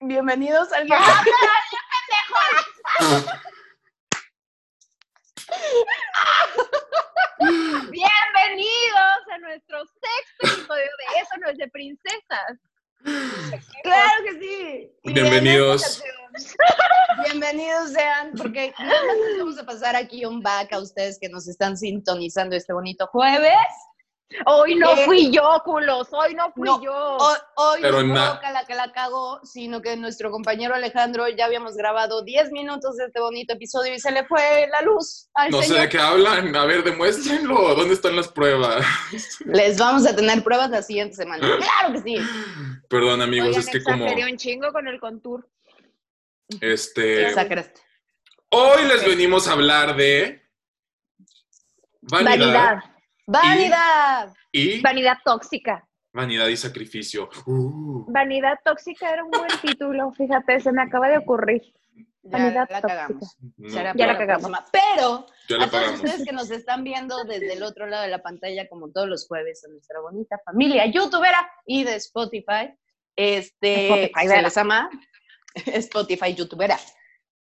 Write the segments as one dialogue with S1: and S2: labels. S1: Bienvenidos al guión.
S2: Ah, Bienvenidos a nuestro sexto episodio de Eso no es de princesas.
S1: ¡Claro que sí! Y en esta
S3: Bienvenidos.
S1: ocasión, Bienvenidos sean, porque nada más les vamos a pasar aquí un back a ustedes que nos están sintonizando este bonito jueves.
S2: Hoy no
S1: ¿Qué?
S2: fui yo, culos, hoy no fui
S1: No, oh,
S2: yo.
S1: Ho- Hoy
S3: Pero
S1: no
S3: na-
S1: toca la que la cago, sino que nuestro compañero Alejandro ya habíamos grabado 10 minutos de este bonito episodio y se le fue la luz al
S3: No sé
S1: señor.
S3: de qué hablan. A ver, demuéstrenlo. ¿Dónde están las pruebas?
S1: Les vamos a tener pruebas la siguiente semana. ¡Claro que sí!
S3: Perdón, amigos,
S2: Oigan,
S3: es que como
S2: exageré un chingo con el contour.
S3: este.
S1: Exacto.
S3: Hoy les venimos a hablar de vanidad,
S2: Vanidad,
S1: ¡Vanidad!
S3: y
S2: vanidad tóxica.
S3: vanidad y sacrificio. Uh,
S2: Vanidad tóxica era un buen título, fíjate, se me acaba de ocurrir.
S1: Ya
S2: Vanidad
S1: la
S2: tóxica.
S1: cagamos.
S3: no,
S1: Será
S2: Ya la
S1: para
S2: cagamos.
S1: próxima. Pero
S3: ya
S1: a
S3: la
S1: todos
S3: pagamos.
S1: ustedes que nos están viendo desde el otro lado de la pantalla, como todos los jueves, a nuestra bonita familia youtubera y de Spotify, este,
S2: Spotify,
S1: se
S2: ¿verdad?
S1: les ama, Spotify youtubera.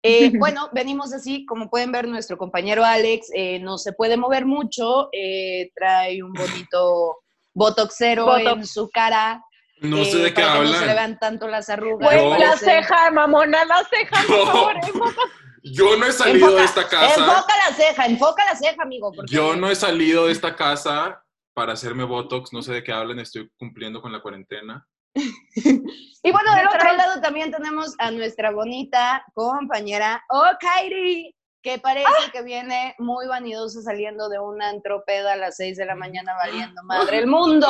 S1: Eh, bueno, venimos así, como pueden ver, nuestro compañero Alex eh, no se puede mover mucho, eh, trae un bonito botoxero
S2: Botox.
S1: en su cara.
S3: No sé
S1: eh,
S3: de qué
S1: para que No se le
S3: hablan.
S1: vean tanto las arrugas.
S2: Güey,
S3: No.
S2: Pues, la
S1: parece-
S2: ceja, mamona, la ceja, por
S3: No.
S2: favor, enfoca.
S3: Yo no he salido
S1: Enfoca-
S3: de esta casa.
S1: Enfoca la ceja, enfoca la ceja, amigo. porque-
S3: Yo no he salido de esta casa para hacerme botox. No sé de qué hablan. Estoy cumpliendo con la cuarentena.
S1: Y bueno, del otro
S2: Traes-
S1: lado también tenemos a nuestra bonita compañera Okairi, que parece que viene muy vanidosa saliendo de una antropeda a las 6 de la mañana valiendo madre el mundo.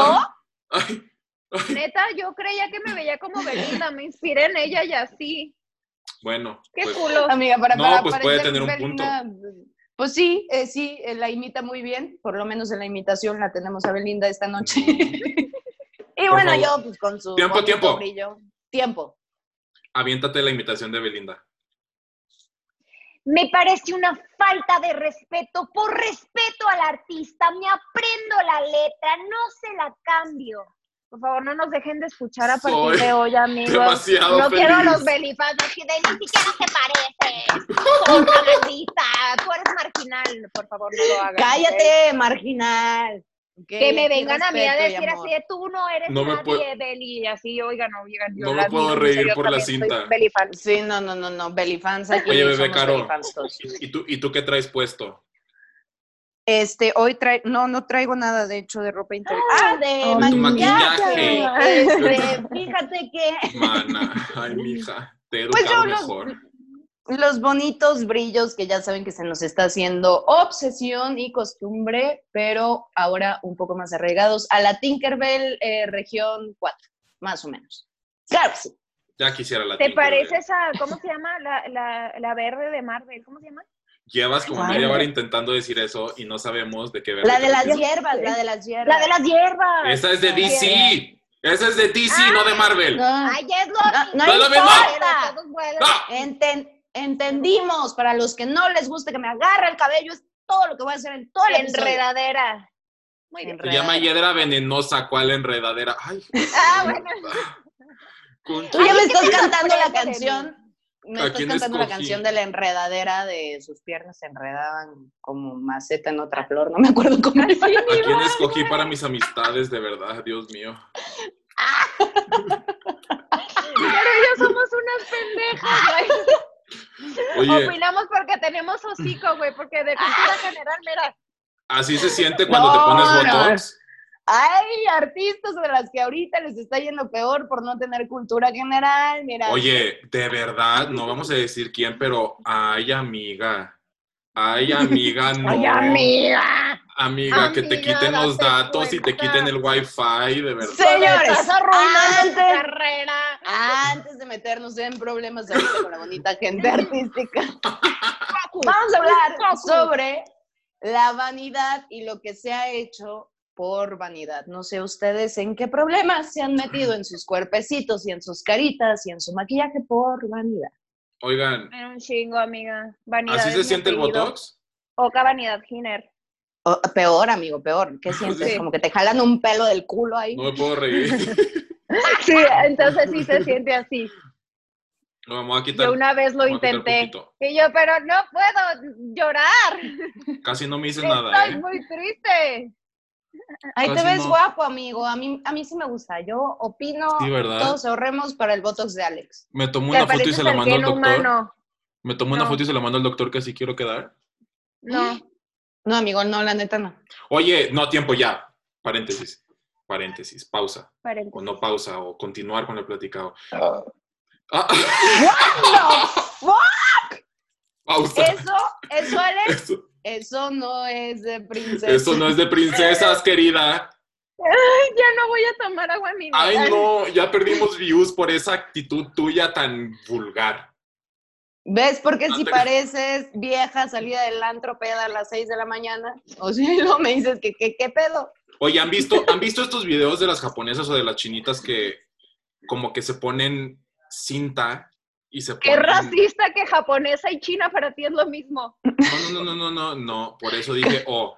S3: Ay, ay.
S2: Neta, yo creía que me veía como Belinda, me inspiré en ella y así.
S3: Bueno,
S2: Qué
S3: pues,
S2: culo.
S1: Amiga, para,
S3: No,
S1: para
S3: pues puede
S1: parecer
S3: tener un
S1: Belinda, Pues sí, eh, sí, eh, la imita muy bien, por lo menos en la imitación la tenemos a Belinda esta noche. y
S3: Por
S1: bueno,
S3: favor.
S1: yo pues con su
S3: Tiempo,
S1: bonito
S3: tiempo.
S1: brillo. Tiempo.
S3: aviéntate la imitación de Belinda.
S2: Me parece una falta de respeto. Por respeto al artista, me aprendo la letra, no se la cambio. Por favor, no nos dejen de escuchar a partir
S3: Soy
S2: de hoy, amigos.
S3: demasiado
S2: no quiero a
S3: feliz.
S2: los belifas, así de ni siquiera te pareces. Porra, maldita, tú eres marginal, por favor, no lo hagas. ¿ok?
S1: Cállate, marginal. Ok,
S2: Que me
S1: aquí
S2: vengan a mí a
S1: respeto y
S2: decir
S1: amor.
S2: así de tú no eres
S3: No me
S2: nadie,
S3: puedo-
S2: Beli, y así, oigan, oigan. yo
S3: No me
S2: la
S3: puedo
S2: admiro,
S3: reír
S2: yo
S3: por la
S2: también soy
S3: cinta.
S2: Belifan.
S1: Sí, no, no, no, no, Belifans aquí.
S3: Oye, bebé
S1: somos
S3: Caro.
S1: Belifans todos.
S3: ¿Y tú, ¿Y tú qué traes puesto?
S1: Este, hoy traigo, no, no traigo nada, de hecho, de ropa interior. Ah, de
S2: tu
S3: maquillaje.
S1: Este, fíjate que
S3: Mana, ay, mija, te he
S1: Pues yo
S3: educado
S1: los-
S3: mejor.
S1: los bonitos brillos que ya saben que se nos está haciendo obsesión y costumbre, pero ahora un poco más arraigados a la Tinkerbell eh, región 4, más o menos. Claro que sí.
S3: Ya quisiera la
S2: ¿Te
S3: Tinkerbell.
S2: pareces a, cómo se llama? La, la, la verde de Marvel, ¿cómo se llama?
S3: Llevas como
S1: Ay.
S3: media hora intentando decir eso y no sabemos de qué ver.
S1: La de las hierbas, la de las hierbas.
S2: La de las hierbas.
S3: Esa es de
S1: La de-
S3: DC. Esa es de DC, no de Marvel.
S1: Ah, No,
S2: Ay, es lo
S1: Ah, no,
S3: Ah, No es lo mismo.
S1: importa.
S2: Pero todos vuelan.
S3: ¡Ah!
S1: Enten- entendimos, para los que no les guste que me agarre el cabello, es todo lo que voy a hacer en todo el episodio.
S2: Enredadera. Muy bien.
S3: Se llama hiedra venenosa, ¿cuál enredadera? Ay,
S2: Ah, bueno.
S3: con-
S1: Tú ya
S2: Ay,
S1: me
S2: ¿qué
S1: estás
S2: tienes
S1: cantando la
S2: enfrente de mí?
S1: canción, me
S3: ¿A
S1: estás
S3: quién
S1: cantando la
S3: escogí?
S1: canción de la enredadera de sus piernas se enredaban como maceta en otra flor, no me acuerdo cómo iba.
S3: ¿A quién escogí para mis amistades, de verdad? Dios mío.
S2: Pero ya somos unas pendejas, güey.
S1: Oh, pues,
S3: Oye,
S2: Opinamos porque tenemos hocico, güey, porque de cultura general, mira.
S3: así se siente cuando te
S1: No,
S3: pones
S1: no.
S3: botox.
S1: Hay artistas de las que ahorita les está yendo peor por no tener cultura general, mira.
S3: Oye, de verdad, no vamos a decir quién, pero ay, amiga. Ay, amiga, no.
S2: Ay, amiga.
S3: Amiga, que te
S2: Amiga,
S3: quiten los
S2: date
S3: datos y te
S2: cuenta.
S3: quiten el wifi, de verdad.
S1: Señores,
S2: estás arruinando tu
S1: antes-
S2: carrera.
S1: Antes de meternos en problemas ahorita con la bonita gente artística, Vamos a hablar sobre la vanidad y lo que se ha hecho por vanidad. No sé ustedes en qué problemas se han metido en sus cuerpecitos y en sus caritas y en su maquillaje por vanidad.
S3: Oigan,
S2: Era un chingo, amiga. Vanidad.
S3: ¿así
S2: es
S3: se
S2: mi
S3: siente el
S2: apellido.
S3: botox?
S2: Oca Vanidad Giner.
S1: O- peor, amigo, peor. ¿Qué sientes?
S2: Sí.
S1: Como que te jalan un pelo del culo ahí.
S2: Ah,
S3: No me puedo reír.
S2: Sí, entonces sí se siente así.
S3: Lo vamos a quitar.
S2: Yo una vez lo
S3: vamos a quitar
S2: intenté.
S3: poquito.
S2: Y yo, pero no puedo llorar.
S3: Casi no me dices nada,
S2: Estoy
S3: ¿eh?
S2: muy triste.
S1: Ahí te
S3: Casi
S1: ves
S3: no.
S1: guapo, amigo. A mí, a mí sí me gusta. Yo opino,
S3: Sí, ¿verdad?
S1: todos ahorremos para el Botox de Alex.
S3: Me tomo
S2: Te
S3: una foto y
S2: pareces
S3: se la
S2: al
S3: mando al
S2: bien
S3: doctor.
S2: humano.
S3: Me tomo una
S2: No.
S3: foto y se la mando al doctor que así quiero quedar.
S2: No.
S1: ¿Mm? No, amigo, no, la neta no.
S3: Oye, no, tiempo ya. Paréntesis. Paréntesis. Pausa.
S2: Paréntesis.
S3: O no pausa. O continuar con el platicado. Ah, pausa.
S1: Eso, eso, Alex,
S3: Eso,
S1: eso no es de princesa.
S3: eso no es de princesas, querida.
S2: Ya no voy a tomar agua en mi vida.
S3: Ay, no. Ya perdimos views por esa actitud tuya tan vulgar.
S1: ¿Ves? Porque
S3: No
S1: si
S3: te-
S1: pareces vieja salida del antro peda a las 6 de la mañana, o si no me dices que que- qué pedo.
S3: Oye, ¿han visto, ¿han visto estos videos de las japonesas o de las chinitas que como que se ponen cinta y se
S2: Qué
S3: ponen...
S2: racista que japonesa y china para ti es lo mismo.
S3: No, no, no, no, no, no, no, por eso dije oh.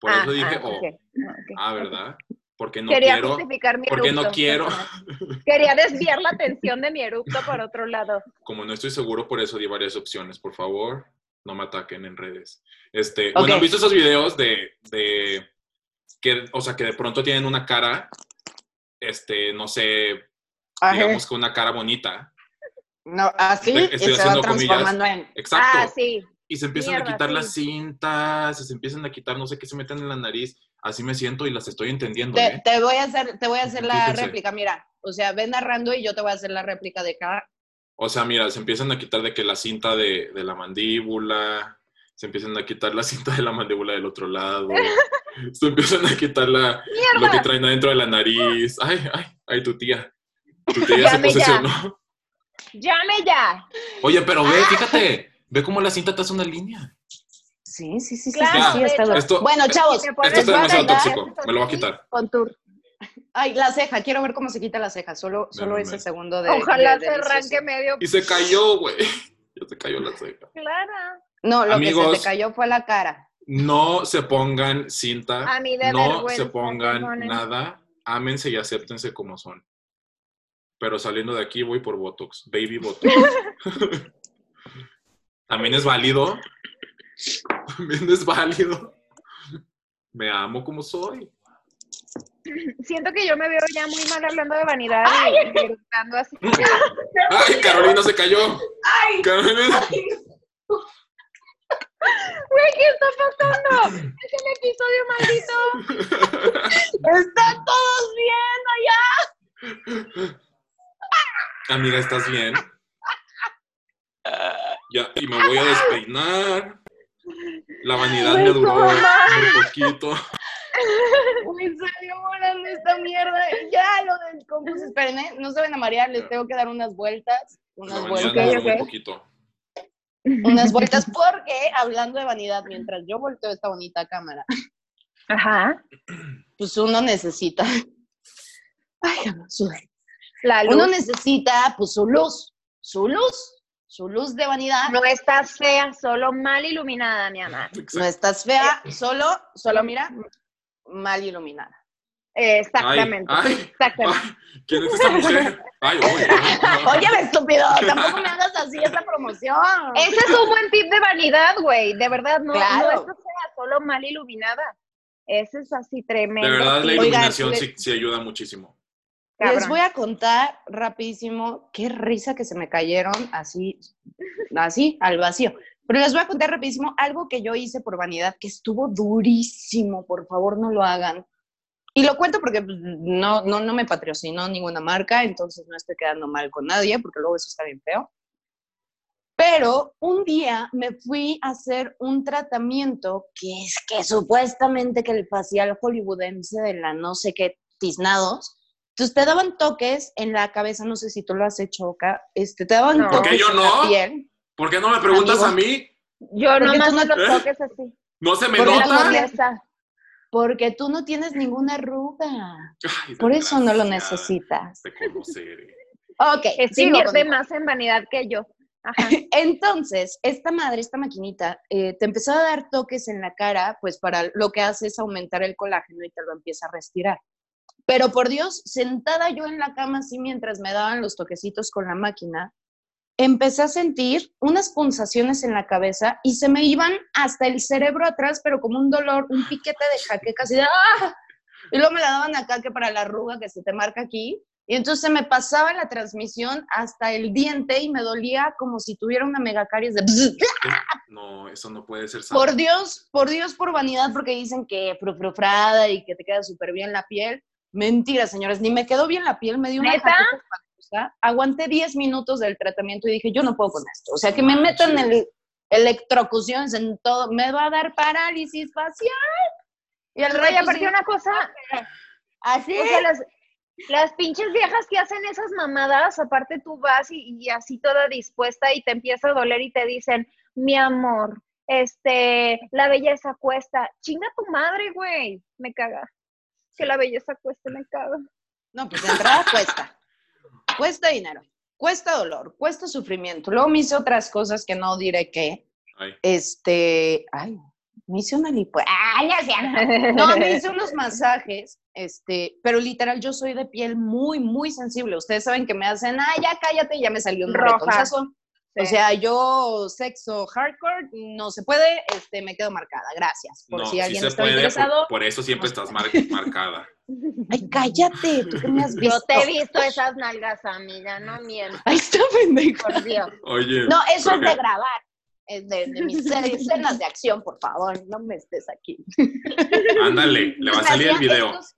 S3: Por
S2: Ah,
S3: eso dije
S2: ah,
S3: oh.
S2: ok, ok.
S3: Ah, ¿verdad? Porque no
S2: Quería
S3: quiero...
S2: justificar mi
S3: Porque no
S2: eructo.
S3: quiero,
S2: Quería desviar la atención de mi eructo por otro lado.
S3: como no estoy seguro, por eso di varias opciones. Por favor, no me ataquen en redes. Este,
S1: Ok.
S3: bueno, ¿han visto esos videos de, de que, o sea, que de pronto tienen una cara, este, no sé, digamos que una cara bonita,
S1: No, así
S3: Estoy- estoy
S1: y se va
S3: haciendo comillas.
S1: transformando en.
S3: Exacto.
S2: Ah, sí.
S3: Y se empiezan
S2: Mierda,
S3: a quitar
S2: sí.
S3: las cintas, se empiezan a quitar no sé qué se meten en la nariz. Así me siento y las estoy entendiendo.
S1: Te,
S3: ¿eh?
S1: te voy a hacer, te voy a hacer la
S3: Fíjense.
S1: réplica, mira. O sea, ven narrando y yo te voy a hacer la réplica de cada.
S3: O sea, mira, se empiezan a quitar de que la cinta de, de la mandíbula, se empiezan a quitar la cinta de la mandíbula del otro lado, se empiezan a quitar la, lo que
S2: ¡Mierda!
S3: traen adentro de la nariz. Ay, ay, ay, tu tía. Tu tía se
S2: Llame ya. Ah.
S3: posesionó.
S2: Llame ya.
S3: Oye, pero ve, fíjate, ve cómo la cinta te hace una línea.
S1: Sí, sí, sí, sí,
S2: Claro,
S1: sí, sí, está
S2: de hecho.
S1: duro.
S3: Esto- eh,
S1: Bueno, chavos,
S2: Si te
S3: Esto
S2: pones
S3: está
S1: les voy a
S3: demasiado
S1: contar-
S2: guarda,
S3: tóxico, me lo voy a quitar.
S2: Contour.
S1: Ay, la ceja, quiero ver cómo se quita la ceja, solo, solo
S3: mames.
S1: ese segundo de.
S2: Ojalá
S1: de-
S2: se
S1: delicioso.
S2: arranque medio.
S3: Y se cayó, güey. Ya se cayó la ceja.
S2: Clara.
S1: No, lo que se
S3: Amigos.
S1: te cayó fue la cara.
S3: No se pongan cinta.
S2: A mí de
S3: no
S2: vergüenza
S3: se pongan
S2: me ponen.
S3: nada. Ámense y acéptense como son. Pero saliendo de aquí voy por Botox. Baby Botox. También es válido. También es válido. Me amo como soy.
S2: Siento que yo me veo ya muy mal hablando de vanidad y eructando así.
S3: ¡Ay, Carolina se cayó! ¡Ay! Carolina.
S2: Güey, ¿qué está pasando? Es el episodio maldito.
S1: ¡Están todos bien!
S3: Amiga, Ah, ¿estás bien? Ya, y me voy a despeinar. La vanidad me duró muy poquito.
S1: Me salió volando esta mierda. Ya lo descompuse. Esperen, ¿eh? no se ven a marear, les tengo que dar unas vueltas.
S3: La
S1: Unas vueltas.
S3: vanidad me
S2: Ok,
S3: duró muy
S2: ok.
S3: poquito.
S1: Unas vueltas porque, hablando de vanidad, mientras yo volteo esta bonita cámara,
S2: Ajá.
S1: pues uno necesita. Ay, ya me sudé.
S2: La luz
S1: Uno necesita, pues, su luz. Su luz. Su luz de vanidad.
S2: no está fea, solo mal iluminada, mi amor.
S1: No estás fea, solo, solo mira, mal iluminada.
S3: Ay,
S2: Exactamente.
S3: ay,
S2: Exactamente.
S3: ay, ¿quién es esa mujer? Ay, oye, ay, ay.
S1: Óyeme, estúpido, tampoco me hagas así esa promoción.
S2: Ese es un buen tip de vanidad, güey. De verdad, no,
S1: Claro.
S2: no es que sea solo mal iluminada. Ese es así tremendo.
S3: De verdad, la
S2: tip,
S1: Oigan,
S3: iluminación
S1: le-
S3: sí, sí ayuda muchísimo.
S2: cabrón.
S1: Les voy a contar rapidísimo qué risa que se me cayeron así, así, al vacío. Pero les voy a contar rapidísimo algo que yo hice por vanidad, que estuvo durísimo, por favor no lo hagan. Y lo cuento porque pues, no, no, no me patrocinó ninguna marca, entonces no estoy quedando mal con nadie, porque luego eso está bien feo. Pero un día me fui a hacer un tratamiento que es que supuestamente que el facial hollywoodense de la no sé qué tiznados, entonces te daban toques en la cabeza, no sé si tú lo has hecho, Oka, este, te daban
S2: No. ¿Por
S1: toques
S2: qué
S3: yo
S1: en
S3: no?
S1: la piel.
S3: ¿Por qué no me preguntas a
S1: Amigo.
S3: mí?
S2: Yo
S1: Porque
S2: nomás
S1: tú no-
S2: no los toques así.
S3: ¿No se me
S1: Porque
S2: La
S1: tú no
S3: ¿Eh? nota?
S1: tienes-
S2: molesta.
S1: Porque tú no tienes ninguna arruga.
S3: Ay,
S1: Por eso no lo
S3: desgraciada,
S1: necesitas.
S3: te conoceré.
S1: Ok,
S2: Este
S1: sigo con
S2: invierte
S1: mi-
S2: más en vanidad que yo. Ajá.
S1: Entonces, esta madre, esta maquinita, eh, te empezó a dar toques en la cara, pues para lo que hace es aumentar el colágeno y te lo empieza a respirar. Pero por Dios, sentada yo en la cama así mientras me daban los toquecitos con la máquina, empecé a sentir unas punzaciones en la cabeza y se me iban hasta el cerebro atrás, pero como un dolor, un piquete de jaqueca, así de ¡ah! Y luego me la daban acá, que para la arruga que se te marca aquí. Y entonces se me pasaba la transmisión hasta el diente y me dolía como si tuviera una megacaries de...
S3: No, eso no puede ser sano.
S1: Por Dios, por Dios, por vanidad, porque dicen que frufrufrada y que te queda súper bien la piel. Mentira, señores, ni me quedó bien la piel, me dio una
S2: ¿Neta?
S1: jaqueca espantosa. Aguanté 10 minutos del tratamiento y dije, yo no puedo con esto. O sea, que me metan el, electrocuciones en todo, me va a dar parálisis facial. Y el
S2: Oye,
S1: rayo
S2: aparte una ¿Eh? cosa,
S1: así.
S2: o sea, las, las pinches viejas que hacen esas mamadas, aparte tú vas y, y así toda dispuesta y te empieza a doler y te dicen, mi amor, este, la belleza cuesta. Chinga tu madre, güey. Me caga. Que la belleza cuesta, me caga.
S1: No, pues de entrada cuesta. Cuesta dinero, cuesta dolor, cuesta sufrimiento. Luego me hice otras cosas que no diré qué.
S3: Ay.
S1: Este, ay, me hice una lipo. ¡Ah, ya sé! No, me hice unos masajes, este, pero literal yo soy de piel muy, muy sensible. Ustedes saben que me hacen, ah, ya cállate, y ya me salió un
S2: Roja.
S1: retonzazo. O
S2: Sí.
S1: sea, yo sexo hardcore no se puede, este, me quedo marcada. Gracias. Por
S3: No,
S1: si
S3: sí
S1: alguien
S3: se
S1: está
S3: puede, por-
S1: interesado.
S3: Por, eso siempre estás mar- marcada.
S1: Ay, cállate, tú que me has visto.
S2: Yo te he visto esas nalgas, amiga, no mientas,
S1: Ahí está pendejo.
S2: por Dios.
S3: Oye.
S1: No, eso es
S3: creo
S1: de
S3: que-
S1: grabar. Es de, de mis escenas de acción, por favor, no me estés aquí.
S3: Ándale, le va a
S1: Me
S3: salir el
S1: hacía
S3: video.
S1: estos-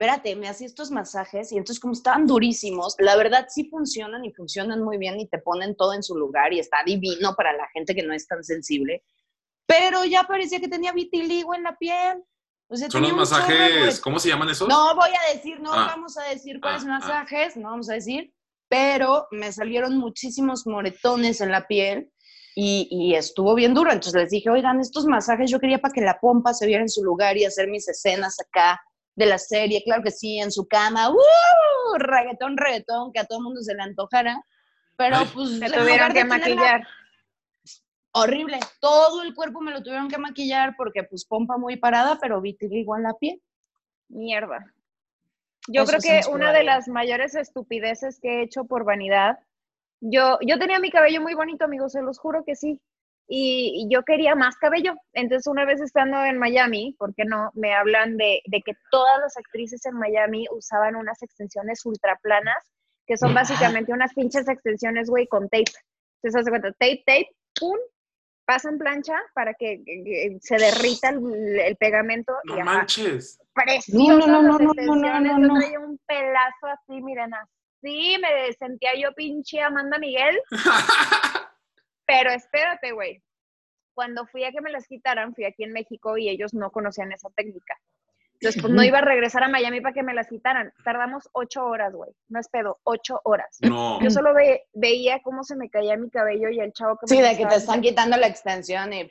S1: espérate, me hacía estos masajes y entonces como estaban durísimos, la verdad sí funcionan y funcionan muy bien y te ponen todo en su lugar y está divino para la gente que no es tan sensible. Pero ya parecía que tenía vitiligo en la piel. O sea,
S3: Son los
S1: tenía un chorro de
S3: masajes, ¿cómo se llaman esos?
S1: no voy a decir, no
S3: Ah.
S1: vamos a decir cuáles
S3: Ah, ah.
S1: masajes, no vamos a decir, pero me salieron muchísimos moretones en la piel y, y estuvo bien duro. Entonces les dije, oigan, estos masajes yo quería para que la pompa se viera en su lugar y hacer mis escenas acá de la serie, claro que sí, en su cama, ¡uh! Reggaetón, reggaetón, que a todo mundo se le antojara. Pero
S3: Ay.
S1: pues
S2: Te
S1: en
S2: tuvieron
S1: lugar de
S2: que
S1: tenerla-
S2: maquillar.
S1: horrible. Todo el cuerpo me lo tuvieron que maquillar porque pues pompa muy parada, pero vitiligo en la piel.
S2: Mierda. Yo
S1: Eso
S2: creo
S1: es
S2: que
S1: censurable.
S2: una de las mayores estupideces que he hecho por vanidad, yo, yo tenía mi cabello muy bonito, amigos, se los juro que sí. Y, y yo quería más cabello. Entonces, una vez estando en Miami, ¿por qué no? Me hablan de, de que todas las actrices en Miami usaban unas extensiones ultraplanas, que son básicamente unas pinches extensiones, güey, con tape. Entonces, hace cuenta, tape, tape, pum, pasan plancha para que, que- que se derrita el, el pegamento
S3: No
S2: y ajá
S3: manches.
S2: preciosas
S1: No, no, no,
S2: las
S1: no, no, no,
S2: extensiones,
S1: no,
S2: yo
S1: no.
S2: traía un pelazo así, miren, así me sentía yo pinche Amanda Miguel, pero espérate, güey. Cuando fui a que me las quitaran, fui aquí en México y ellos no conocían esa técnica. Entonces, pues no iba a regresar a Miami para que me las quitaran. Tardamos ocho horas, güey. No es pedo, ocho horas.
S3: No.
S2: Yo solo ve- veía cómo se me caía mi cabello y el chavo que me
S1: Sí, de que
S2: estaba
S1: te están quitando la extensión y, y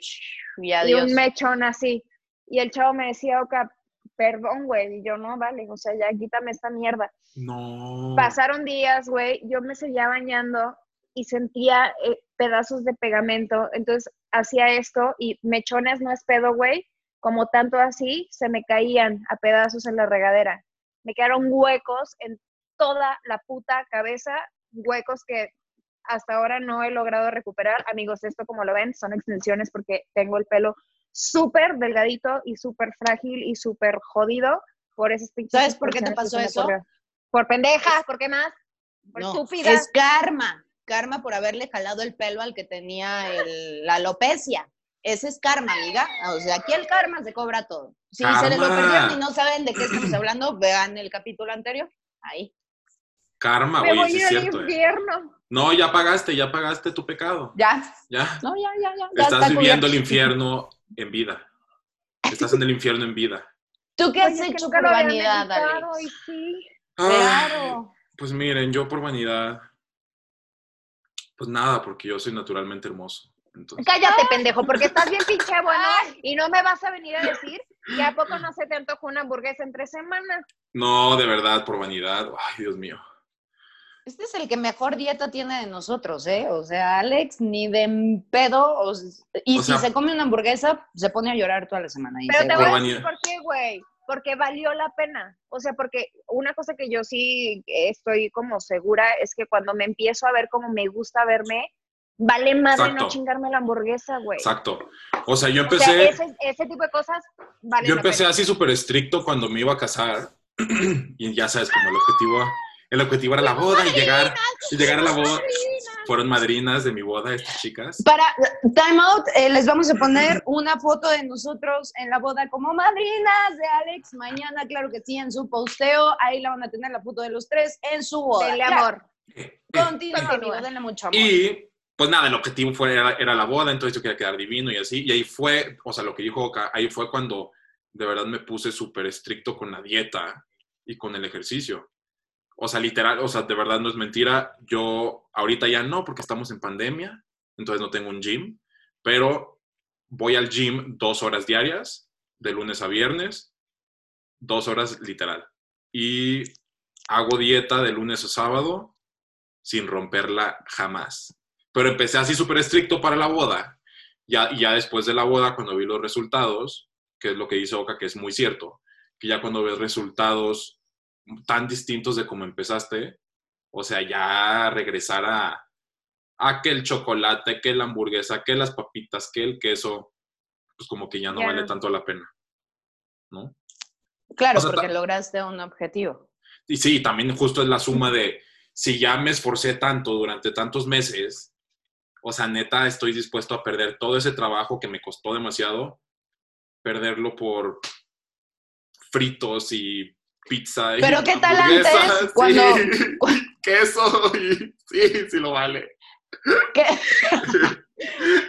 S2: y
S1: adiós.
S2: un mechón así. Y el chavo me decía, Oca, perdón, güey. Y yo, no, vale, o sea, ya quítame esta mierda.
S3: No.
S2: Pasaron días, güey, yo me seguía bañando y sentía eh, pedazos de pegamento. Entonces hacía esto y mechones no es pedo, güey. Como tanto así, se me caían a pedazos en la regadera. Me quedaron huecos en toda la puta cabeza, huecos que hasta ahora no he logrado recuperar. Amigos, esto como lo ven, son extensiones porque tengo el pelo súper delgadito y súper frágil y súper jodido por esas pinches
S1: ¿Sabes por qué te pasó
S2: extensiones que se
S1: eso?
S2: me ocurrió. Por pendeja, ¿por qué más? Por
S1: No,
S2: estúpida.
S1: es karma. Karma por haberle jalado el pelo al que tenía el- la alopecia. Ese es karma, amiga. O sea, aquí el karma se cobra todo. Si se les lo
S3: Karma.
S1: perdieron y no saben de qué estamos hablando, vean el capítulo anterior. Ahí.
S3: Karma,
S2: Me
S3: Ah, oye,
S2: voy
S3: sí
S2: a
S3: es
S2: ir al
S3: cierto. eh.
S2: infierno.
S3: No, ya pagaste, ya pagaste tu pecado.
S1: Ya.
S3: Ya.
S1: No, ya, ya, ya. ya
S3: Estás
S1: está cubierto.
S3: viviendo el infierno en vida. Estás en el infierno en vida.
S1: ¿Tú qué
S2: Oye,
S1: has
S2: es que
S1: hecho
S2: nunca
S1: por
S2: lo había
S1: vanidad,
S2: meditado,
S1: Alex?
S2: y sí.
S3: Ay,
S1: Claro.
S3: Pues miren, yo por vanidad, pues nada, porque yo soy naturalmente hermoso. Entonces,
S2: Cállate, pendejo, porque estás bien pinche bueno y no me vas a venir a decir que a poco no se te antojó una hamburguesa en tres semanas.
S3: no, de verdad, por vanidad. Ay, Dios mío.
S1: Este es el que mejor dieta tiene de nosotros, ¿eh? O sea, Alex, ni de m- pedo. o s- y
S3: O
S1: si
S3: sea-
S1: se come una hamburguesa, se pone a llorar toda la semana. y
S2: Pero
S1: se-
S2: te
S3: Por
S2: voy a
S3: vanidad.
S2: decir por qué, güey. porque valió la pena. O sea, porque una cosa que yo sí estoy como segura es que cuando me empiezo a ver como me gusta verme, vale más de no
S3: Exacto.
S2: chingarme la hamburguesa, güey.
S3: Exacto. O sea, yo
S2: O sea,
S3: empecé,
S2: ese, ese tipo de cosas vale
S3: yo
S2: la
S3: empecé
S2: pena.
S3: así súper estricto cuando me iba a casar. y ya sabes, como el objetivo, el objetivo era la boda y llegar, y llegar a la boda. Fueron madrinas de mi boda estas chicas.
S1: Para Time Out, eh, les vamos a poner una foto de nosotros en la boda como madrinas de Alex mañana, claro que sí, en su posteo. Ahí la van a tener la foto de los tres en su boda.
S2: Denle
S1: Claro,
S2: amor.
S1: Continúa,
S2: Continúa.
S1: amigo, denle mucho amor.
S3: Eh, Y pues nada, el objetivo fue, era, era la boda, entonces yo quería quedar divino y así. Y ahí fue, o sea, lo que dijo Oka, ahí fue cuando de verdad me puse súper estricto con la dieta y con el ejercicio. O sea, literal, o sea, de verdad no es mentira. Yo ahorita ya no, porque estamos en pandemia, entonces no tengo un gym, pero voy al gym dos horas diarias, de lunes a viernes, dos horas literal. Y hago dieta de lunes a sábado, sin romperla jamás. Pero empecé así súper estricto para la boda. Ya, y ya después de la boda, cuando vi los resultados, que es lo que dice Oka, que es muy cierto, que ya cuando ves resultados tan distintos de como empezaste, o sea, ya regresar a, a que el chocolate, que la hamburguesa, que las papitas, que el queso, pues como que ya no
S2: Ya
S3: vale
S2: no.
S3: tanto la pena.
S1: claro,
S3: o sea,
S1: porque
S3: ta-
S1: lograste un objetivo.
S3: Y sí, también justo es la suma de si ya me esforcé tanto durante tantos meses, o sea, neta, estoy dispuesto a perder todo ese trabajo que me costó demasiado, perderlo por fritos y pizza. y
S1: Pero, ¿qué tal
S3: hamburguesas,
S1: antes?
S3: sí,
S1: Cuando-
S3: Queso, y- sí, sí lo vale.
S1: ¿Qué,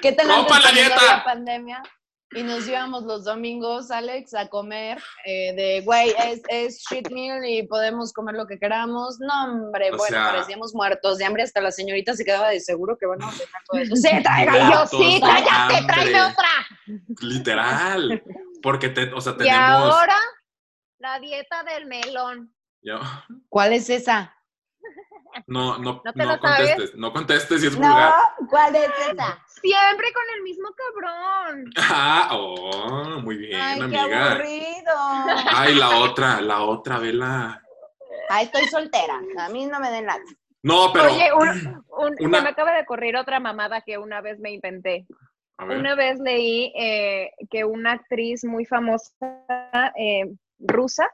S1: ¿Qué tal
S3: ¡Rompa
S1: antes
S3: la
S1: cuando no
S3: dieta!
S1: había pandemia? Y nos íbamos los domingos, Alex, a comer eh, de, güey, es, es shit meal y podemos comer lo que queramos. No, hombre,
S3: O
S1: bueno,
S3: sea-
S1: parecíamos muertos de hambre. Hasta la señorita se quedaba de seguro que van a ordenar todo eso. Sí,
S2: Traiga,
S1: traiga.
S2: y yo
S3: Gatos
S2: sí,
S3: de
S2: cállate,
S3: hambre.
S2: tráeme otra.
S3: Literal. Porque, te, o sea,
S2: Y
S3: tenemos...
S2: ahora, la dieta del melón.
S3: Ya-
S1: ¿Cuál es esa?
S3: no, no,
S2: ¿No te
S3: no
S2: lo sabes?
S3: contestes, no contestes si es vulgar.
S1: ¿cuál es esa?
S2: Siempre con el mismo cabrón.
S3: Ah, oh, muy bien,
S1: Ay, qué
S3: amiga.
S1: aburrido.
S3: Ay, la otra, la otra, vela.
S1: Ay, estoy soltera. A mí no me den lata.
S3: No, pero.
S2: Oye, un- un-
S3: una-
S2: se me acaba de ocurrir otra mamada que una vez me inventé.
S3: a ver,
S2: Una vez leí eh, que una actriz muy famosa eh, rusa,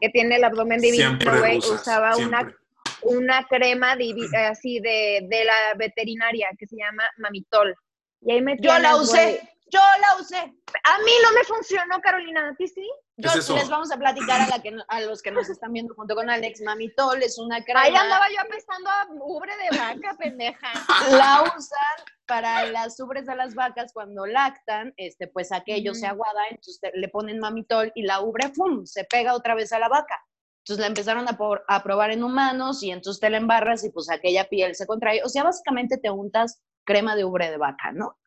S2: que tiene el abdomen divino,
S3: siempre
S2: güey,
S3: rusas,
S2: usaba una
S3: siempre.
S2: una crema divi- así de, de la veterinaria que se llama Mamitol. Y ahí me
S1: Yo la usé, yo la usé.
S2: A mí no me funcionó, Carolina. ¿A ti sí?
S1: Yo-
S3: es eso?
S1: les vamos a platicar a, la que, no- a los que nos están viendo junto con Alex Mamitol, es una crema.
S2: Ahí andaba yo apestando a ubre de vaca, pendeja.
S1: La usan para las ubres de las vacas cuando lactan, este, pues aquello se
S2: Ujú.
S1: aguada, entonces te- le ponen Mamitol y la ubre, ¡fum!, se pega otra vez a la vaca. Entonces la empezaron a, por- a probar en humanos y entonces te la embarras y pues aquella piel se contrae. O sea, básicamente te untas crema de ubre de vaca, ¿no?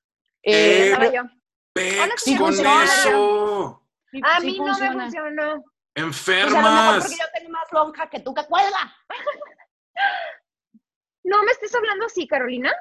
S3: Eh,
S2: Andaba
S1: pero-
S2: yo.
S3: Pex,
S1: sí
S3: con
S1: funciona.
S3: eso.
S1: sí-
S2: A
S1: sí
S2: mí no me funcionó.
S1: Pues a lo mejor
S3: Enfermas.
S1: porque yo tengo más lonja que tú que cuelga.
S2: No me estés hablando así, Carolina.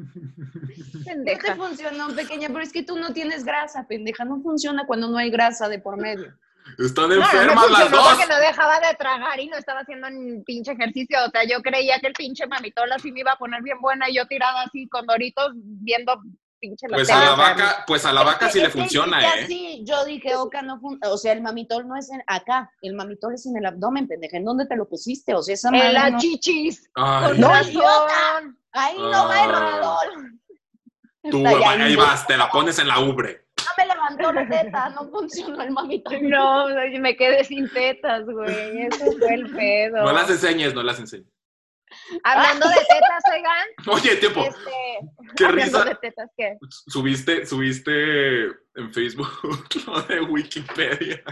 S1: No te
S2: Pendeja.
S1: funcionó, pequeña, pero es que tú no tienes grasa, pendeja. No funciona cuando no hay grasa de por medio.
S3: Están
S2: No, no me
S3: enfermas las
S2: funcionó
S3: dos.
S2: porque no dejaba de tragar y no estaba haciendo ni pinche ejercicio. O sea, yo creía que el pinche mamitol así me iba a poner bien buena y yo tirada así con doritos viendo pinche la
S3: Pues
S2: tele.
S3: a la
S2: O sea,
S3: vaca, pues a la vaca
S2: Este,
S3: sí le funciona, ¿eh?
S1: Sí, yo dije, Oca, no fun- O sea, el mamitol no es en acá. El mamitol es en el abdomen, pendeja. ¿En dónde te lo pusiste? O sea, esa
S2: En
S1: madre
S2: las
S1: no-
S2: chichis.
S3: Ay,
S2: Con
S1: No,
S2: razón.
S1: Ahí no va el
S3: Ah.
S1: mamitol.
S3: tú,
S1: Está ya
S3: ahí
S1: imbécil.
S3: vas, te la pones en la ubre.
S1: No me levantó la teta, no funcionó el mamitol.
S2: No, me quedé sin tetas, güey. Ese fue el pedo.
S3: No las enseñes, no las enseñes.
S2: Hablando de tetas, oigan,
S3: Oye, tiempo,
S2: este,
S3: qué
S2: hablando
S3: risa.
S2: de tetas, ¿qué?
S3: Subiste, subiste en Facebook lo de Wikipedia.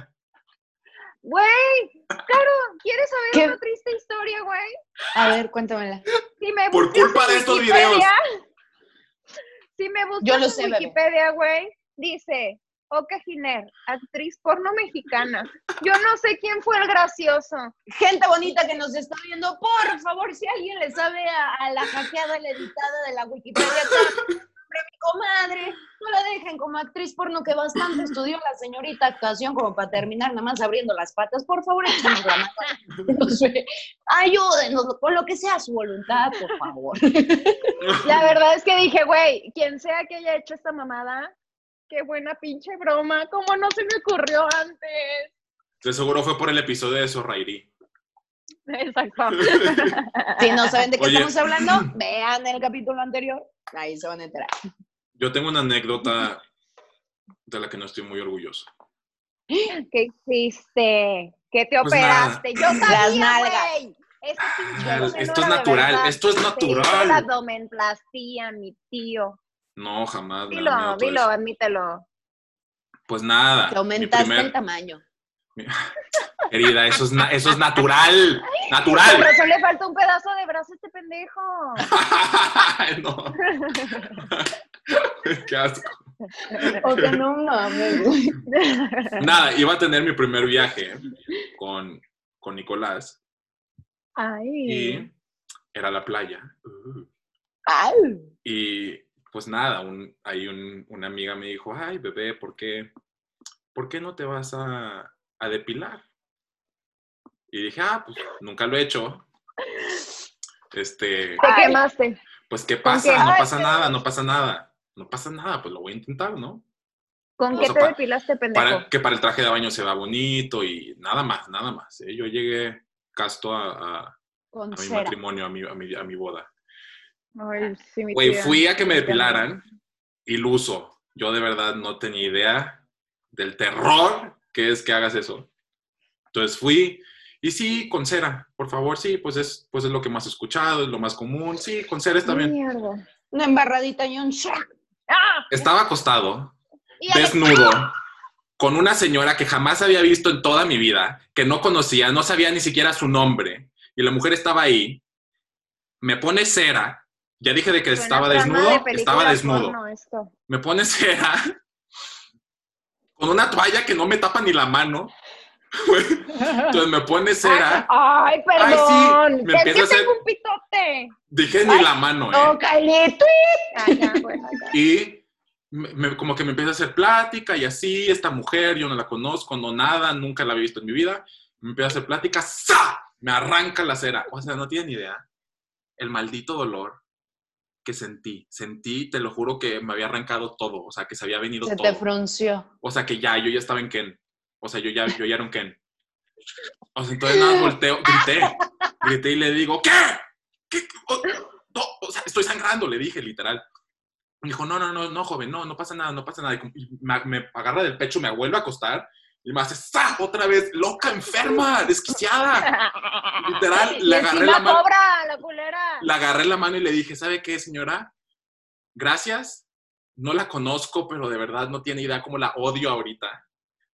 S2: Güey, claro, ¿quieres saber
S1: ¿Qué?
S2: una triste historia, güey?
S1: A ver, cuéntamela.
S2: Si me
S3: Por
S2: buscas
S3: culpa
S2: en
S3: de estos
S2: Wikipedia,
S3: videos.
S2: Si me buscas
S1: Yo lo
S2: en
S1: sé, bebé.
S2: Wikipedia, güey, dice Oka Giner, actriz porno mexicana. Yo no sé quién fue el gracioso.
S1: Gente bonita que nos está viendo, por favor, si alguien le sabe a, a la hackeada, la editada de la Wikipedia, hombre, mi comadre. No la dejen como actriz porno que bastante estudió la señorita actuación como para terminar nada más abriendo las patas. Por favor, échenos la mano. No sé. Ayúdenos con lo que sea su voluntad, por favor.
S2: La verdad es que dije, güey, quien sea que haya hecho esta mamada, qué buena pinche broma. ¿Cómo no se me ocurrió antes?
S3: De seguro fue por el episodio de Sorrairi.
S2: Exacto.
S1: Si no saben de qué
S3: Oye.
S1: estamos hablando, vean el capítulo anterior. Ahí se van a enterar.
S3: Yo tengo una anécdota de la que no estoy muy orgulloso.
S2: ¿Qué hiciste? ¿Qué te
S3: Pues
S2: operaste? Yo
S1: Las
S2: sabía,
S1: nalgas.
S2: güey. Este pinche
S3: Ah,
S2: hombre
S3: esto
S2: no era
S3: es
S2: de
S3: natural,
S2: verdad.
S3: esto es
S2: Se hizo
S3: natural.
S2: la abdomenoplastia, mi tío.
S3: No, jamás. me da miedo
S2: Dilo,
S3: todo
S2: dilo,
S3: eso.
S2: admítelo.
S3: Pues nada.
S1: Te
S3: mi
S1: aumentaste
S3: primer-
S1: el tamaño.
S3: Querida, eso es, na- eso es natural.
S2: Por
S3: Natural.
S2: razón le falta un pedazo de brazo a este pendejo.
S3: no. Qué asco.
S1: O que no mames, güey.
S3: Nada, iba a tener mi primer viaje con, con Nicolás
S2: Ay.
S3: y era la playa. Uh.
S1: Ay.
S3: Y pues nada, un, ahí un- una amiga me dijo, ay bebé, ¿por qué, ¿por qué no te vas a, a depilar? Y dije, ah, pues nunca lo he hecho. Este,
S2: Te
S1: Ay.
S2: quemaste.
S3: pues ¿qué
S2: ¿Con
S3: pasa?
S2: qué?
S3: No
S2: Ay,
S3: pasa nada, no pasa nada. No pasa nada, pues lo voy a intentar, ¿no?
S2: ¿Con
S3: O
S2: qué
S3: sea,
S2: te
S3: pa-
S2: depilaste, pendejo?
S3: Para, que para el traje de baño se va bonito y nada más, nada más. ¿eh? Yo llegué casto a, a- a
S1: Con
S3: mi
S1: cera.
S3: matrimonio, a mi- a mi, a mi boda.
S2: Ay, sí, mi
S3: Güey,
S2: tía.
S3: fui a que me depilaran, iluso. Yo de verdad no tenía idea del terror que es que hagas eso. Entonces fui, y sí, con cera, por favor, sí, pues es, pues es lo que más he escuchado, es lo más común, sí, con cera está bien.
S2: Mierda.
S1: Una embarradita y un shack.
S2: ¡Ah!
S3: Estaba acostado,
S2: Y Alex-
S3: desnudo, con una señora que jamás había visto en toda mi vida, que no conocía, no sabía ni siquiera su nombre, y la mujer estaba ahí, me pone cera, ya dije de que
S2: Suena
S3: estaba
S2: trama
S3: desnudo,
S2: de película
S3: estaba desnudo.
S2: porno esto.
S3: me pone cera con una toalla que no me tapa ni la mano. Entonces me pone cera.
S2: Ay,
S3: Ay,
S2: perdón.
S3: sí, me
S2: es que
S3: empieza a hacer-
S2: tengo un pitote.
S3: Dije ni la mano, ¿eh?
S1: calito.
S2: Ay, ya, bueno, ya.
S3: Y me- me- como que me empieza a hacer plática y así, esta mujer, yo no la conozco, no nada, nunca la había visto en mi vida. Me empieza a hacer plática, ¡za! Me arranca la cera. O sea, no tienen ni idea. El maldito dolor que sentí. Sentí, te lo juro, que me había arrancado todo. O sea, que se había venido
S1: Se
S3: todo.
S1: te frunció.
S3: O sea, que ya, yo ya estaba en Ken. O sea, yo ya, yo ya era un Ken. O sea, entonces nada, volteo, grité. Grité y le digo, ¿qué? ¿Qué? O, no, o sea, estoy sangrando, le dije, literal. Me dijo, no, no, no, no, joven, no, no pasa nada, no pasa nada. Y como- Y me, me agarra del pecho, me vuelve a acostar y me hace, ¡za! Otra vez, loca, enferma, desquiciada. Literal,
S2: Y
S3: le agarré
S2: encima
S3: la mano
S2: cobra la culera.
S3: le agarré la mano y le dije, ¿sabe qué, señora? Gracias. No la conozco, pero de verdad no tiene idea cómo la odio ahorita.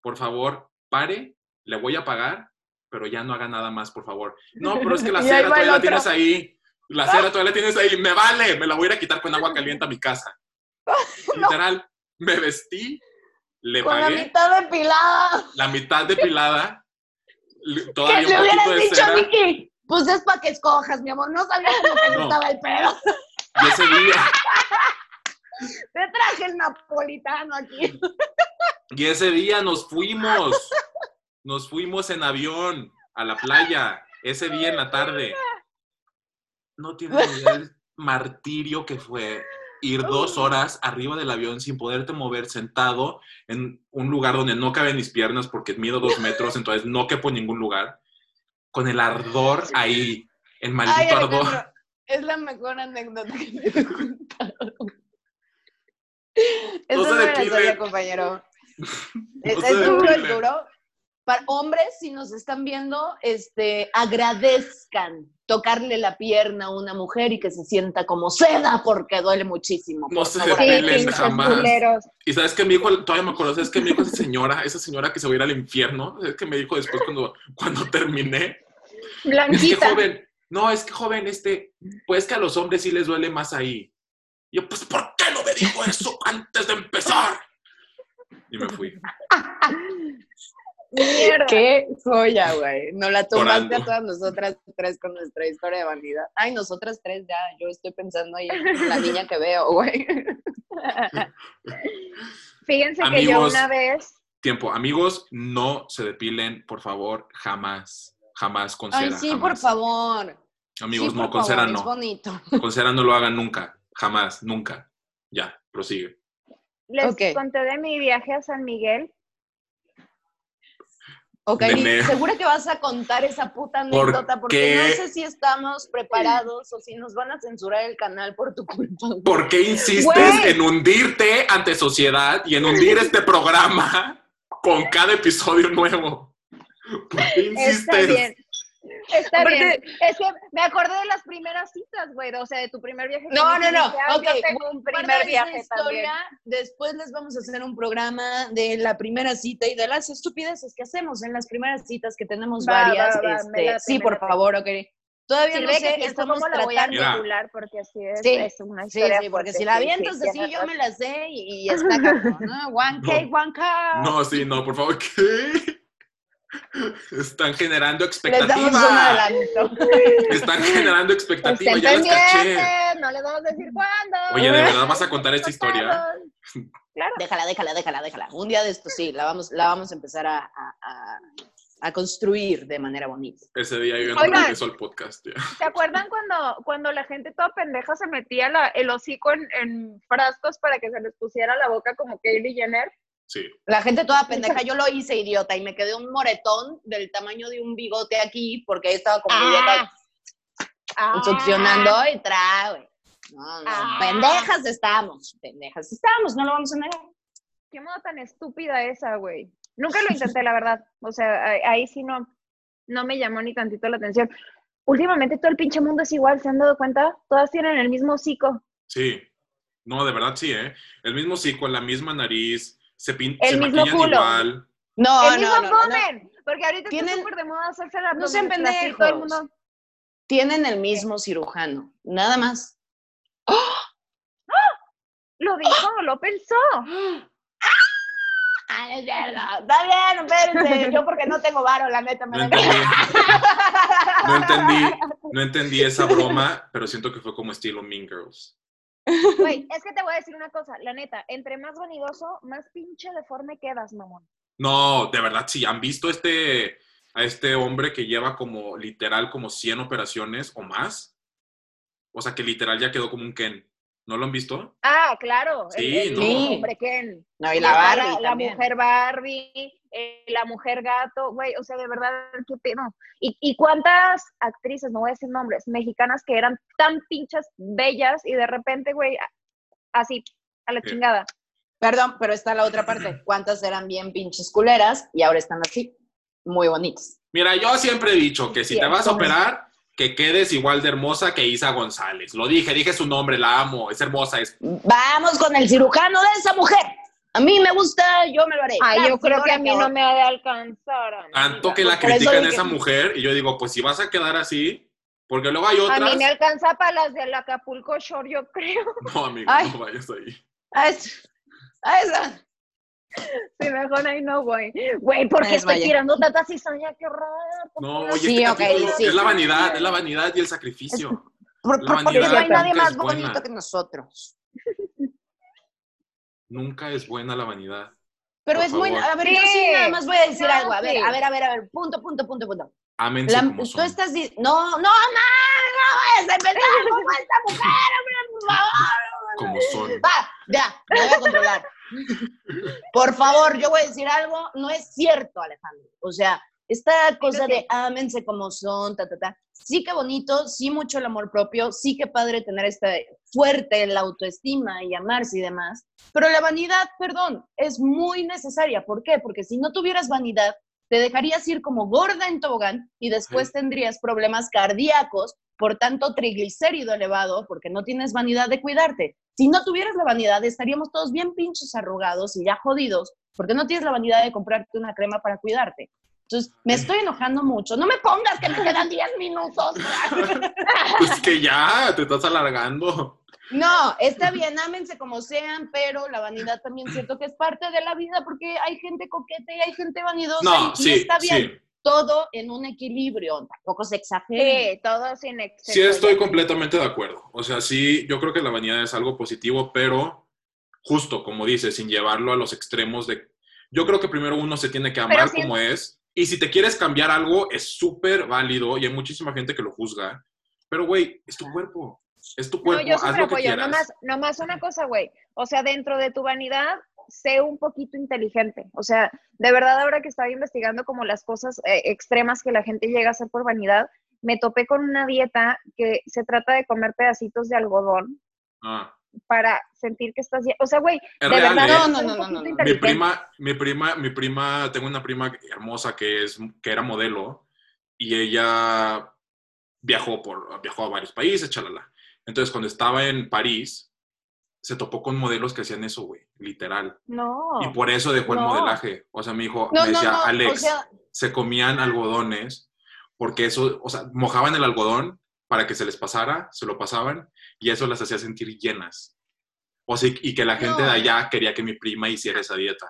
S3: Por favor, pare, le voy a pagar, pero ya no haga nada más, por favor. No, pero es que la
S2: Y ahí
S3: cera
S2: va el
S3: todavía la
S2: otro.
S3: tienes ahí. La cera
S1: Ah.
S3: todavía la tienes ahí. Me vale, me la voy a ir a quitar con agua caliente a mi casa. Literal, me vestí, le
S1: Con la
S3: pagué
S1: mitad depilada.
S3: la mitad depilada, le-
S1: Que
S3: todavía
S1: le
S3: un poquito
S1: hubieras
S3: de
S1: dicho a
S3: cera.
S1: Vicky. Pues es para que escojas, mi amor. No sabía cómo te
S3: No.
S1: gustaba el pedo.
S3: Y ese día...
S1: Te traje el napolitano aquí.
S3: Y ese día nos fuimos. Nos fuimos en avión a la playa. Ese día en la tarde. No tienes idea el martirio que fue ir dos horas arriba del avión sin poderte mover sentado en un lugar donde no caben mis piernas porque mido dos metros, entonces no quepo en ningún lugar. Con el ardor ahí. El maldito
S1: Ay,
S3: ardor.
S1: Alejandro, es la mejor anécdota que me he contado. Eso
S3: se
S1: no me la
S3: depilen.
S1: sabía, compañero. es,
S3: se
S1: es duro, es
S3: depilen.
S1: duro. Para hombres, si nos están viendo, este, agradezcan tocarle la pierna a una mujer y que se sienta como seda porque duele muchísimo.
S3: No se
S1: favor,
S2: Sí,
S3: depilen
S2: pinches
S3: jamás.
S2: culeros.
S3: Y sabes que mi hijo, todavía me acuerdo, sabes que mi hijo, esa señora, esa señora que se va a ir al infierno, es que me dijo después cuando, cuando terminé, es que
S2: Blanquita.
S3: joven, no, es que joven, este, pues que a los hombres sí les duele más ahí. Y yo, pues, ¿por qué no me dijo eso antes de empezar? Y me fui.
S2: Mierda.
S1: Qué joya, güey. No la tomaste
S3: Llorando.
S1: a todas nosotras tres con nuestra
S3: Pues
S1: historia de vanidad. Ay, nosotras tres ya. Yo estoy pensando ahí en la niña que veo, güey.
S2: Fíjense que yo
S3: Amigos.
S2: una vez.
S3: Tiempo. Amigos, no se depilen, por favor, jamás. Jamás con
S1: Ay,
S3: cera,
S1: sí,
S3: jamás.
S1: por favor.
S3: Amigos,
S1: Sí,
S3: no,
S1: por
S3: con
S1: favor,
S3: cera
S1: Es
S3: no.
S1: bonito.
S3: Con cera no lo hagan nunca. Jamás, nunca. Ya, prosigue.
S2: Les
S1: Ok.
S2: conté de mi viaje a San Miguel.
S1: Ok,
S3: Nene.
S1: segura que vas a contar esa puta
S3: ¿Por
S1: anécdota porque no
S3: qué?
S1: sé si estamos preparados o si nos van a censurar el canal por tu culpa.
S3: ¿Por qué insistes
S2: Güey.
S3: en hundirte ante sociedad y en hundir este programa con cada episodio nuevo? ¿Por
S2: Está
S3: qué insistes?
S2: bien. Está
S1: Aparte-
S2: bien. Es que me acordé de las primeras citas, güey. O sea, de tu primer viaje.
S1: No,
S2: Como
S1: no,
S2: que
S1: no.
S2: dije, "Ay,
S1: Ok,
S2: Yo tengo un
S1: Guarda
S2: primer
S1: esa
S2: viaje también.
S1: Después les vamos a hacer un programa de la primera cita y de las estupideces que hacemos en las primeras citas que tenemos
S2: Va, va,
S1: varias.
S2: va,
S1: este,
S2: me late,
S1: sí,
S2: me
S1: por
S2: late.
S1: favor, ok. Todavía
S2: Si
S1: no
S2: ve
S1: sé,
S2: que pienso
S1: estamos
S2: cómo la voy a
S1: tratando.
S3: Mira.
S2: regular porque así es,
S1: Sí,
S2: es una
S1: Sí,
S2: historia
S1: sí, porque
S2: fuerte,
S1: si la
S2: sí, sí,
S1: avientas así,
S2: tienes
S1: yo me
S2: razón.
S1: la sé y, y está cabrón, ¿no? One cake, one cup.
S3: No, sí, no, por favor, ¿qué? Están generando
S1: Les
S3: expectativa.
S1: damos un adelanto.
S3: Están generando expectativa,
S2: Estén
S3: ya las caché.
S2: pendientes, no les vamos a decir cuándo.
S3: Oye, ¿de verdad vas a contar esta historia?
S2: Contados. Claro.
S1: Déjala, déjala, déjala, déjala. Un día de esto sí, la vamos, la vamos a empezar a, a- a- a construir de manera bonita.
S3: Ese día yo no
S2: Oigan.
S3: regreso al podcast. ya.
S2: ¿Se acuerdan cuando, cuando la gente toda pendeja se metía la- el hocico en, en frascos para que se les pusiera la boca como Kylie Jenner?
S3: Sí.
S1: La gente toda pendeja, yo lo hice idiota y me quedé un moretón del tamaño de un bigote aquí porque ahí estaba como idiota
S2: Ah,
S1: succionando y tra, güey. No, no,
S2: Ah.
S1: pendejas estamos, pendejas estamos, no lo vamos a negar.
S2: Qué moda tan estúpida esa, güey. Nunca lo intenté, la verdad. O sea, ahí, ahí sí no, no me llamó ni tantito la atención. Últimamente todo el pinche mundo es igual, ¿se han dado cuenta? Todas tienen el mismo hocico.
S3: Sí. No, de verdad sí, ¿eh? El mismo hocico, la misma nariz, se, pin-
S2: El
S3: se
S2: mismo
S3: maquillan
S2: culo.
S3: igual.
S1: No,
S2: el mismo
S1: no, no, no, no.
S2: abdomen. Porque ahorita
S1: Tienen-
S2: está súper de moda hacerse la
S1: No sean
S2: Todo el
S1: pendejos.
S2: mundo.
S1: Tienen el mismo cirujano, nada más.
S2: Lo dijo, lo pensó.
S1: Ah, es verdad. Está bien, espérense. Yo porque no tengo varo, la neta,
S3: No
S1: me da
S3: entendí, no entendí, no entendí esa broma, pero siento que fue como estilo Mean Girls.
S2: Güey, es que te voy a decir una cosa, la neta, entre más vanidoso, más pinche deforme quedas, mamón.
S3: No, de verdad sí. ¿Han visto este, a este hombre que lleva como literal como 100 operaciones o más? O sea, que literal ya quedó como un Ken. ¿No lo han visto?
S2: Ah, claro.
S3: Sí,
S2: el, el
S1: no.
S2: hombre Ken.
S1: No, y la Barbie
S2: la,
S1: también.
S2: mujer Barbie, eh, la mujer gato, güey, o sea, de verdad, qué pedo. ¿Y, y cuántas actrices, no voy a decir nombres, mexicanas que eran tan pinches bellas y de repente, güey, a- así, a la
S3: Sí.
S2: chingada.
S1: Perdón, pero está la otra parte. ¿Cuántas eran bien pinches culeras y ahora están así? Muy bonitas.
S3: Mira, yo siempre he dicho que si te vas a
S1: Cierto.
S3: operar, que quedes igual de hermosa que Isa González. Lo dije, dije su nombre, la amo, es hermosa, es
S1: Vamos con el cirujano de esa mujer. A mí me gusta, yo me lo haré.
S2: Ay,
S1: Claro,
S2: yo creo
S1: señora,
S2: que a mí no
S1: cabrón.
S2: me ha de alcanzar.
S3: tanto
S2: amiga.
S3: que la
S1: Por eso
S3: critican a
S1: dije-
S3: esa mujer y yo digo, pues si vas a quedar así, porque luego hay
S2: A mí
S3: otras.
S2: me alcanza para las del Acapulco Shore, yo creo.
S3: No, amigo,
S1: Ay.
S3: no vayas ahí.
S1: A esa- a esa.
S2: Sí, mejor ahí no voy. Güey, ¿por
S1: Ay,
S2: qué estoy
S1: vaya.
S2: tirando tanta cizaña? ¡Qué horror! ¿Por
S3: No,
S2: qué?
S3: oye,
S1: Sí,
S3: este
S1: ok,
S3: capítulo
S1: sí.
S3: es la vanidad, es la vanidad y el sacrificio.
S1: Por-
S3: La
S1: por- Porque no hay
S2: vanidad
S1: nadie
S3: nunca
S1: más
S3: es buena.
S1: bonito que nosotros.
S3: Nunca es buena la vanidad.
S1: Pero
S3: Por
S1: es muy.
S3: favor.
S1: A ver,
S2: Sí.
S1: yo sí nada más voy a decir
S2: No,
S1: algo. A ver,
S2: sí.
S1: a ver, a ver, a ver. Punto, punto, punto, punto.
S3: Ámense
S1: La-
S3: como
S1: tú
S3: son.
S1: estás di- No, no, no, no vayas a empezar como esta mujer, hombre, por favor.
S3: Como son.
S1: Va, ya, me voy a controlar. Por favor, yo voy a decir algo. No es cierto, Alejandro. O sea, esta cosa de ámense como son, ta, ta, ta. Sí que bonito, sí mucho el amor propio, sí que padre tener esta fuerte la autoestima y amarse y demás. Pero la vanidad, perdón, es muy necesaria. ¿Por qué? Porque si no tuvieras vanidad, te dejarías ir como gorda en tobogán y después tendrías problemas cardíacos, por tanto triglicérido elevado, porque no tienes vanidad de cuidarte. Si no tuvieras la vanidad, estaríamos todos bien pinches arrugados y ya jodidos, porque no tienes la vanidad de comprarte una crema para cuidarte. Entonces, me estoy enojando mucho. No me pongas que me quedan 10 minutos.
S3: Pues que ya, te estás alargando.
S1: No, está bien, ámense como sean, pero la vanidad también siento que es parte de la vida porque hay gente coqueta y hay gente vanidosa
S3: No,
S1: y, y
S3: sí,
S1: está bien.
S3: sí.
S1: Todo en un equilibrio, tampoco se exagere.
S2: Sí, todo sin exceso.
S3: Sí, estoy
S2: ya.
S3: completamente de acuerdo. O sea, sí, yo creo que la vanidad es algo positivo, pero justo, como dices, sin llevarlo a los extremos de... Yo creo que primero uno se tiene que amar
S2: si-
S3: como es. Y si te quieres cambiar algo, es súper válido y hay muchísima gente que lo juzga. Pero, güey, es tu cuerpo. Es tu
S2: No,
S3: cuerpo.
S2: yo
S3: Haz
S2: súper
S3: lo que
S2: apoyo.
S3: quieras.
S2: Nomás, nomás una cosa, güey. O sea, dentro de tu vanidad, sé un poquito inteligente. O sea, de verdad, ahora que estaba investigando como las cosas eh, extremas que la gente llega a hacer por vanidad, me topé con una dieta que se trata de comer pedacitos de algodón
S3: Ah,
S2: para sentir que estás... lle- O sea, güey, de
S3: es real,
S2: verdad,
S3: ¿eh?
S1: No, no, no,
S2: sé un
S1: no,
S2: poquito
S1: no, no.
S3: mi
S2: inteligente.
S3: prima, mi prima, mi prima, tengo una prima hermosa que es que era modelo y ella viajó por viajó a varios países, chalala. Entonces, cuando estaba en París, se topó con modelos que hacían eso, güey, literal.
S2: No.
S3: Y por eso dejó el
S2: No.
S3: modelaje. O sea, me dijo,
S1: Oh. No,
S3: me
S1: no,
S3: decía,
S1: no.
S3: Alex,
S1: O sea,
S3: se comían algodones porque eso, o sea, mojaban el algodón para que se les pasara, se lo pasaban y eso las hacía sentir llenas. O sea, y que la gente
S1: No.
S3: de allá quería que mi prima hiciera esa dieta.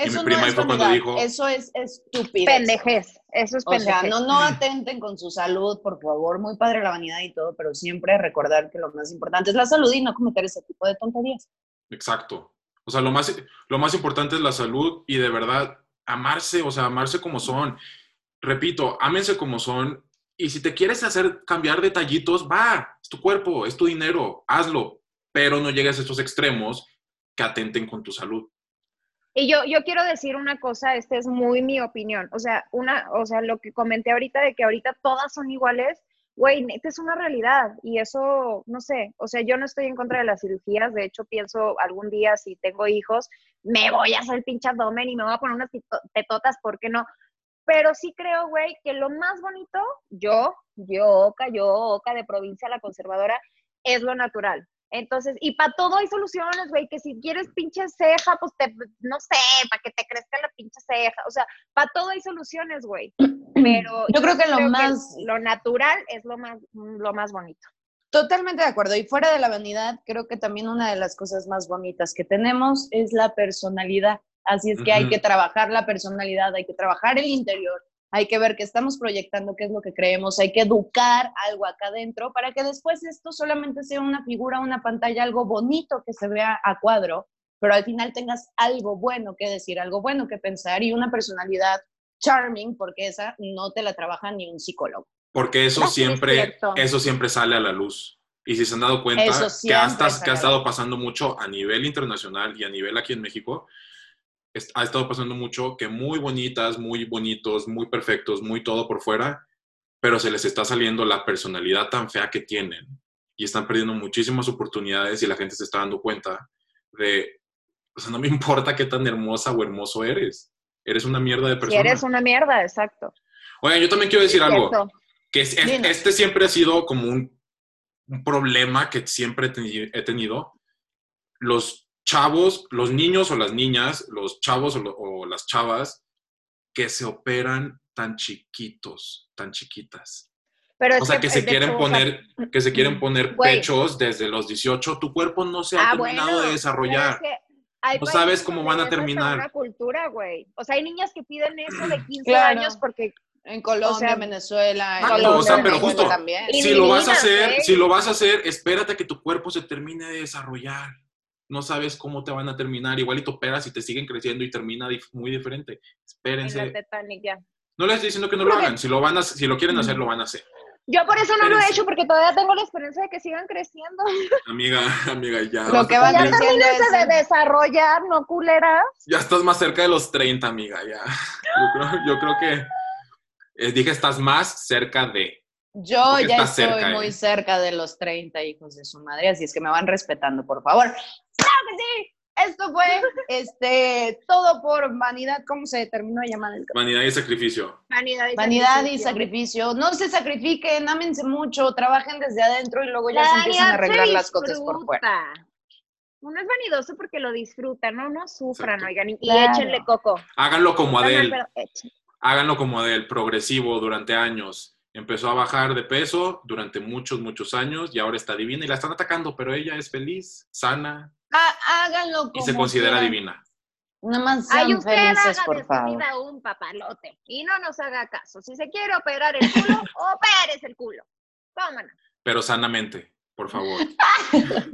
S3: Y mi
S1: eso no
S3: prima ahí
S1: es
S3: fue cuando
S1: vanidad,
S3: dijo-
S1: Eso es estúpido.
S2: Pendejez. Eso es
S1: O sea,
S2: pendejez.
S1: no, no atenten con su salud, por favor. Muy padre la vanidad y todo, pero siempre recordar que lo más importante es la salud y no cometer ese tipo de tonterías.
S3: Exacto. O sea, lo más, lo más importante es la salud y de verdad amarse, o sea, amarse como son. Repito, ámense como son y si te quieres hacer cambiar detallitos, va, es tu cuerpo, es tu dinero, hazlo, pero no llegues a estos extremos que atenten con tu salud.
S2: Y yo, yo quiero decir una cosa, esta es muy mi opinión. O sea, una, o sea, lo que comenté ahorita de que ahorita todas son iguales, güey, neta es una realidad. Y eso, no sé, o sea, yo no estoy en contra de las cirugías. De hecho, pienso algún día si tengo hijos, me voy a hacer el pinche abdomen y me voy a poner unas tito- tetotas, ¿por qué no? Pero sí creo, güey, que lo más bonito, yo, yo, oca, yo, oca de provincia, la conservadora, es lo natural. Entonces, y para todo hay soluciones, güey, que si quieres pinche ceja, pues te, no sé, para que te crezca la pinche ceja. O sea, para todo hay soluciones, güey. Pero
S1: Yo creo que lo más-
S2: lo natural es lo más, lo más bonito.
S1: Totalmente de acuerdo. Y fuera de la vanidad, creo que también una de las cosas más bonitas que tenemos es la personalidad. Así es que hay
S3: Ujú.
S1: que trabajar la personalidad, hay que trabajar el interior, hay que ver qué estamos proyectando, qué es lo que creemos, hay que educar algo acá adentro para que después esto solamente sea una figura, una pantalla, algo bonito que se vea a cuadro, pero al final tengas algo bueno que decir, algo bueno que pensar y una personalidad charming, porque esa no te la trabaja ni un psicólogo.
S3: Porque eso
S2: Gracias, es
S3: siempre,
S2: cierto.
S3: eso siempre sale a la luz. Y si se han dado cuenta
S1: Eso
S3: que,
S1: siempre
S3: ha estado-
S1: sale
S3: que ha
S1: a la
S3: estado pasando mucho a nivel internacional y a nivel aquí en México, es- ha estado pasando mucho que muy bonitas, muy bonitos, muy perfectos, muy todo por fuera, pero se les está saliendo la personalidad tan fea que tienen y están perdiendo muchísimas oportunidades y la gente se está dando cuenta de, o sea, no me importa qué tan hermosa o hermoso eres, eres una mierda de
S2: Si
S3: persona.
S2: eres una mierda, exacto.
S3: Oigan, yo también quiero decir algo
S2: Cierto.
S3: que es- es-
S1: Dinos.
S3: este siempre ha sido como un, un problema que siempre he teni- he tenido. Los chavos, los niños o las niñas, los chavos o, lo- o las chavas que se operan tan chiquitos, tan chiquitas.
S2: Pero
S3: o
S2: es
S3: sea, que, se
S2: de
S3: quieren
S2: hecho, o sea, mm,
S3: poner, que se quieren poner
S2: Güey.
S3: pechos desde los 18. Tu cuerpo no se ha
S2: Ah,
S3: terminado
S2: bueno,
S3: de desarrollar.
S2: Pero es que hay
S3: No
S2: países
S3: pues, sabes cómo
S2: donde
S3: van a
S2: es hasta
S3: terminar.
S2: Una cultura, güey. O sea, hay niñas que piden eso de 15
S1: Claro.
S2: años porque
S1: En Colombia,
S2: sea, Ah,
S1: Venezuela, en
S3: Exacto,
S1: Colombia,
S2: o sea, pero
S1: Venezuela
S3: justo,
S1: también.
S2: y
S3: si lo vas a
S2: divinas,
S3: hacer,
S2: güey.
S3: si lo vas a hacer, espérate a que tu cuerpo se termine de desarrollar. No sabes cómo te van a terminar. Igual y te operas y te siguen creciendo y termina dif- muy diferente.
S2: en la
S3: Espérense.
S2: Titanic ya.
S3: No les estoy diciendo que no lo hagan. Si lo van a, si lo quieren hacer, lo van a hacer.
S2: Yo por eso no lo he
S3: Espérense.
S2: hecho porque todavía tengo la esperanza de que sigan creciendo.
S3: Amiga, amiga, ya.
S1: Lo
S3: vas a
S1: que van
S3: tener-
S2: Ya
S1: creciendo.
S2: termínense de
S1: eso.
S2: desarrollar, no culera.
S3: Ya estás más cerca de los 30, amiga, ya. Yo creo, yo creo que eh, dije estás más cerca de.
S1: Yo
S3: Porque
S1: ya
S3: estás
S1: estoy
S3: cerca,
S1: muy
S3: ¿eh?
S1: cerca de los 30 hijos de su madre, así es que me van respetando, por favor. ¡Claro que sí! Esto fue este, todo por vanidad, ¿cómo se terminó de llamar el
S3: Vanidad y sacrificio.
S2: Vanidad y
S1: Vanidad y
S2: sacrificio.
S1: sacrificio. No se sacrifiquen, ámense mucho, trabajen desde adentro y luego ya
S2: La
S1: se empiezan a
S2: vanidad se
S1: arreglar las cosas por fuera.
S2: disfruta. Uno es vanidoso porque lo disfruta, no, no sufran,
S3: Exacto.
S2: oigan, y, y
S1: Claro.
S2: échenle coco.
S3: Háganlo como
S2: No, no,
S3: Adele.
S2: pero échenle.
S3: háganlo como del progresivo durante años. Empezó a bajar de peso durante muchos, muchos años y ahora está divina y la están atacando, pero ella es feliz, sana
S1: Ha- Ah, háganlo como
S3: y se considera
S1: quieran.
S3: divina.
S1: Nada más
S2: Ay,
S1: sean
S2: usted haga de
S1: felices,
S2: su
S1: por favor.
S2: vida un papalote y no nos haga caso. Si se quiere operar el culo, opérese el culo. Vámonos.
S3: Pero sanamente, por favor. y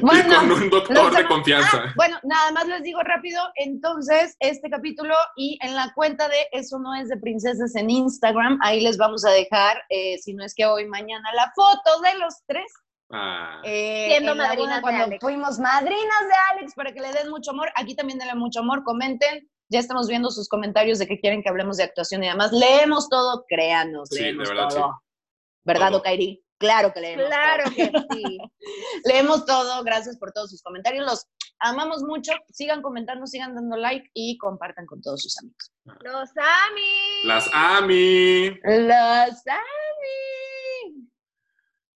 S1: Bueno,
S3: con un doctor
S1: los
S3: de
S1: demás-
S3: confianza.
S1: Ah, bueno, nada más les digo rápido, entonces, este capítulo y en la cuenta de Eso no es de princesas en Instagram, ahí les vamos a dejar, eh, si no es que hoy, mañana, la foto de los tres.
S3: Ah,
S1: eh,
S2: Siendo
S1: en la
S2: madrinas
S1: boda
S2: de
S1: cuando
S2: Alex.
S1: fuimos madrinas de Alex para que le den mucho amor. Aquí también denle mucho amor, comenten. Ya estamos viendo sus comentarios de que quieren que hablemos de actuación y demás. Leemos todo, créanos,
S3: Sí, de
S1: leemos
S3: verdad,
S1: todo. ¿Verdad,
S3: Todo.
S1: Ocairi? Claro que leemos todo.
S2: Claro que sí.
S1: Leemos todo, gracias por todos sus comentarios. Los amamos mucho. Sigan comentando, sigan dando like y compartan con todos sus amigos.
S2: Los amis.
S3: las AMI.
S1: Los amigos.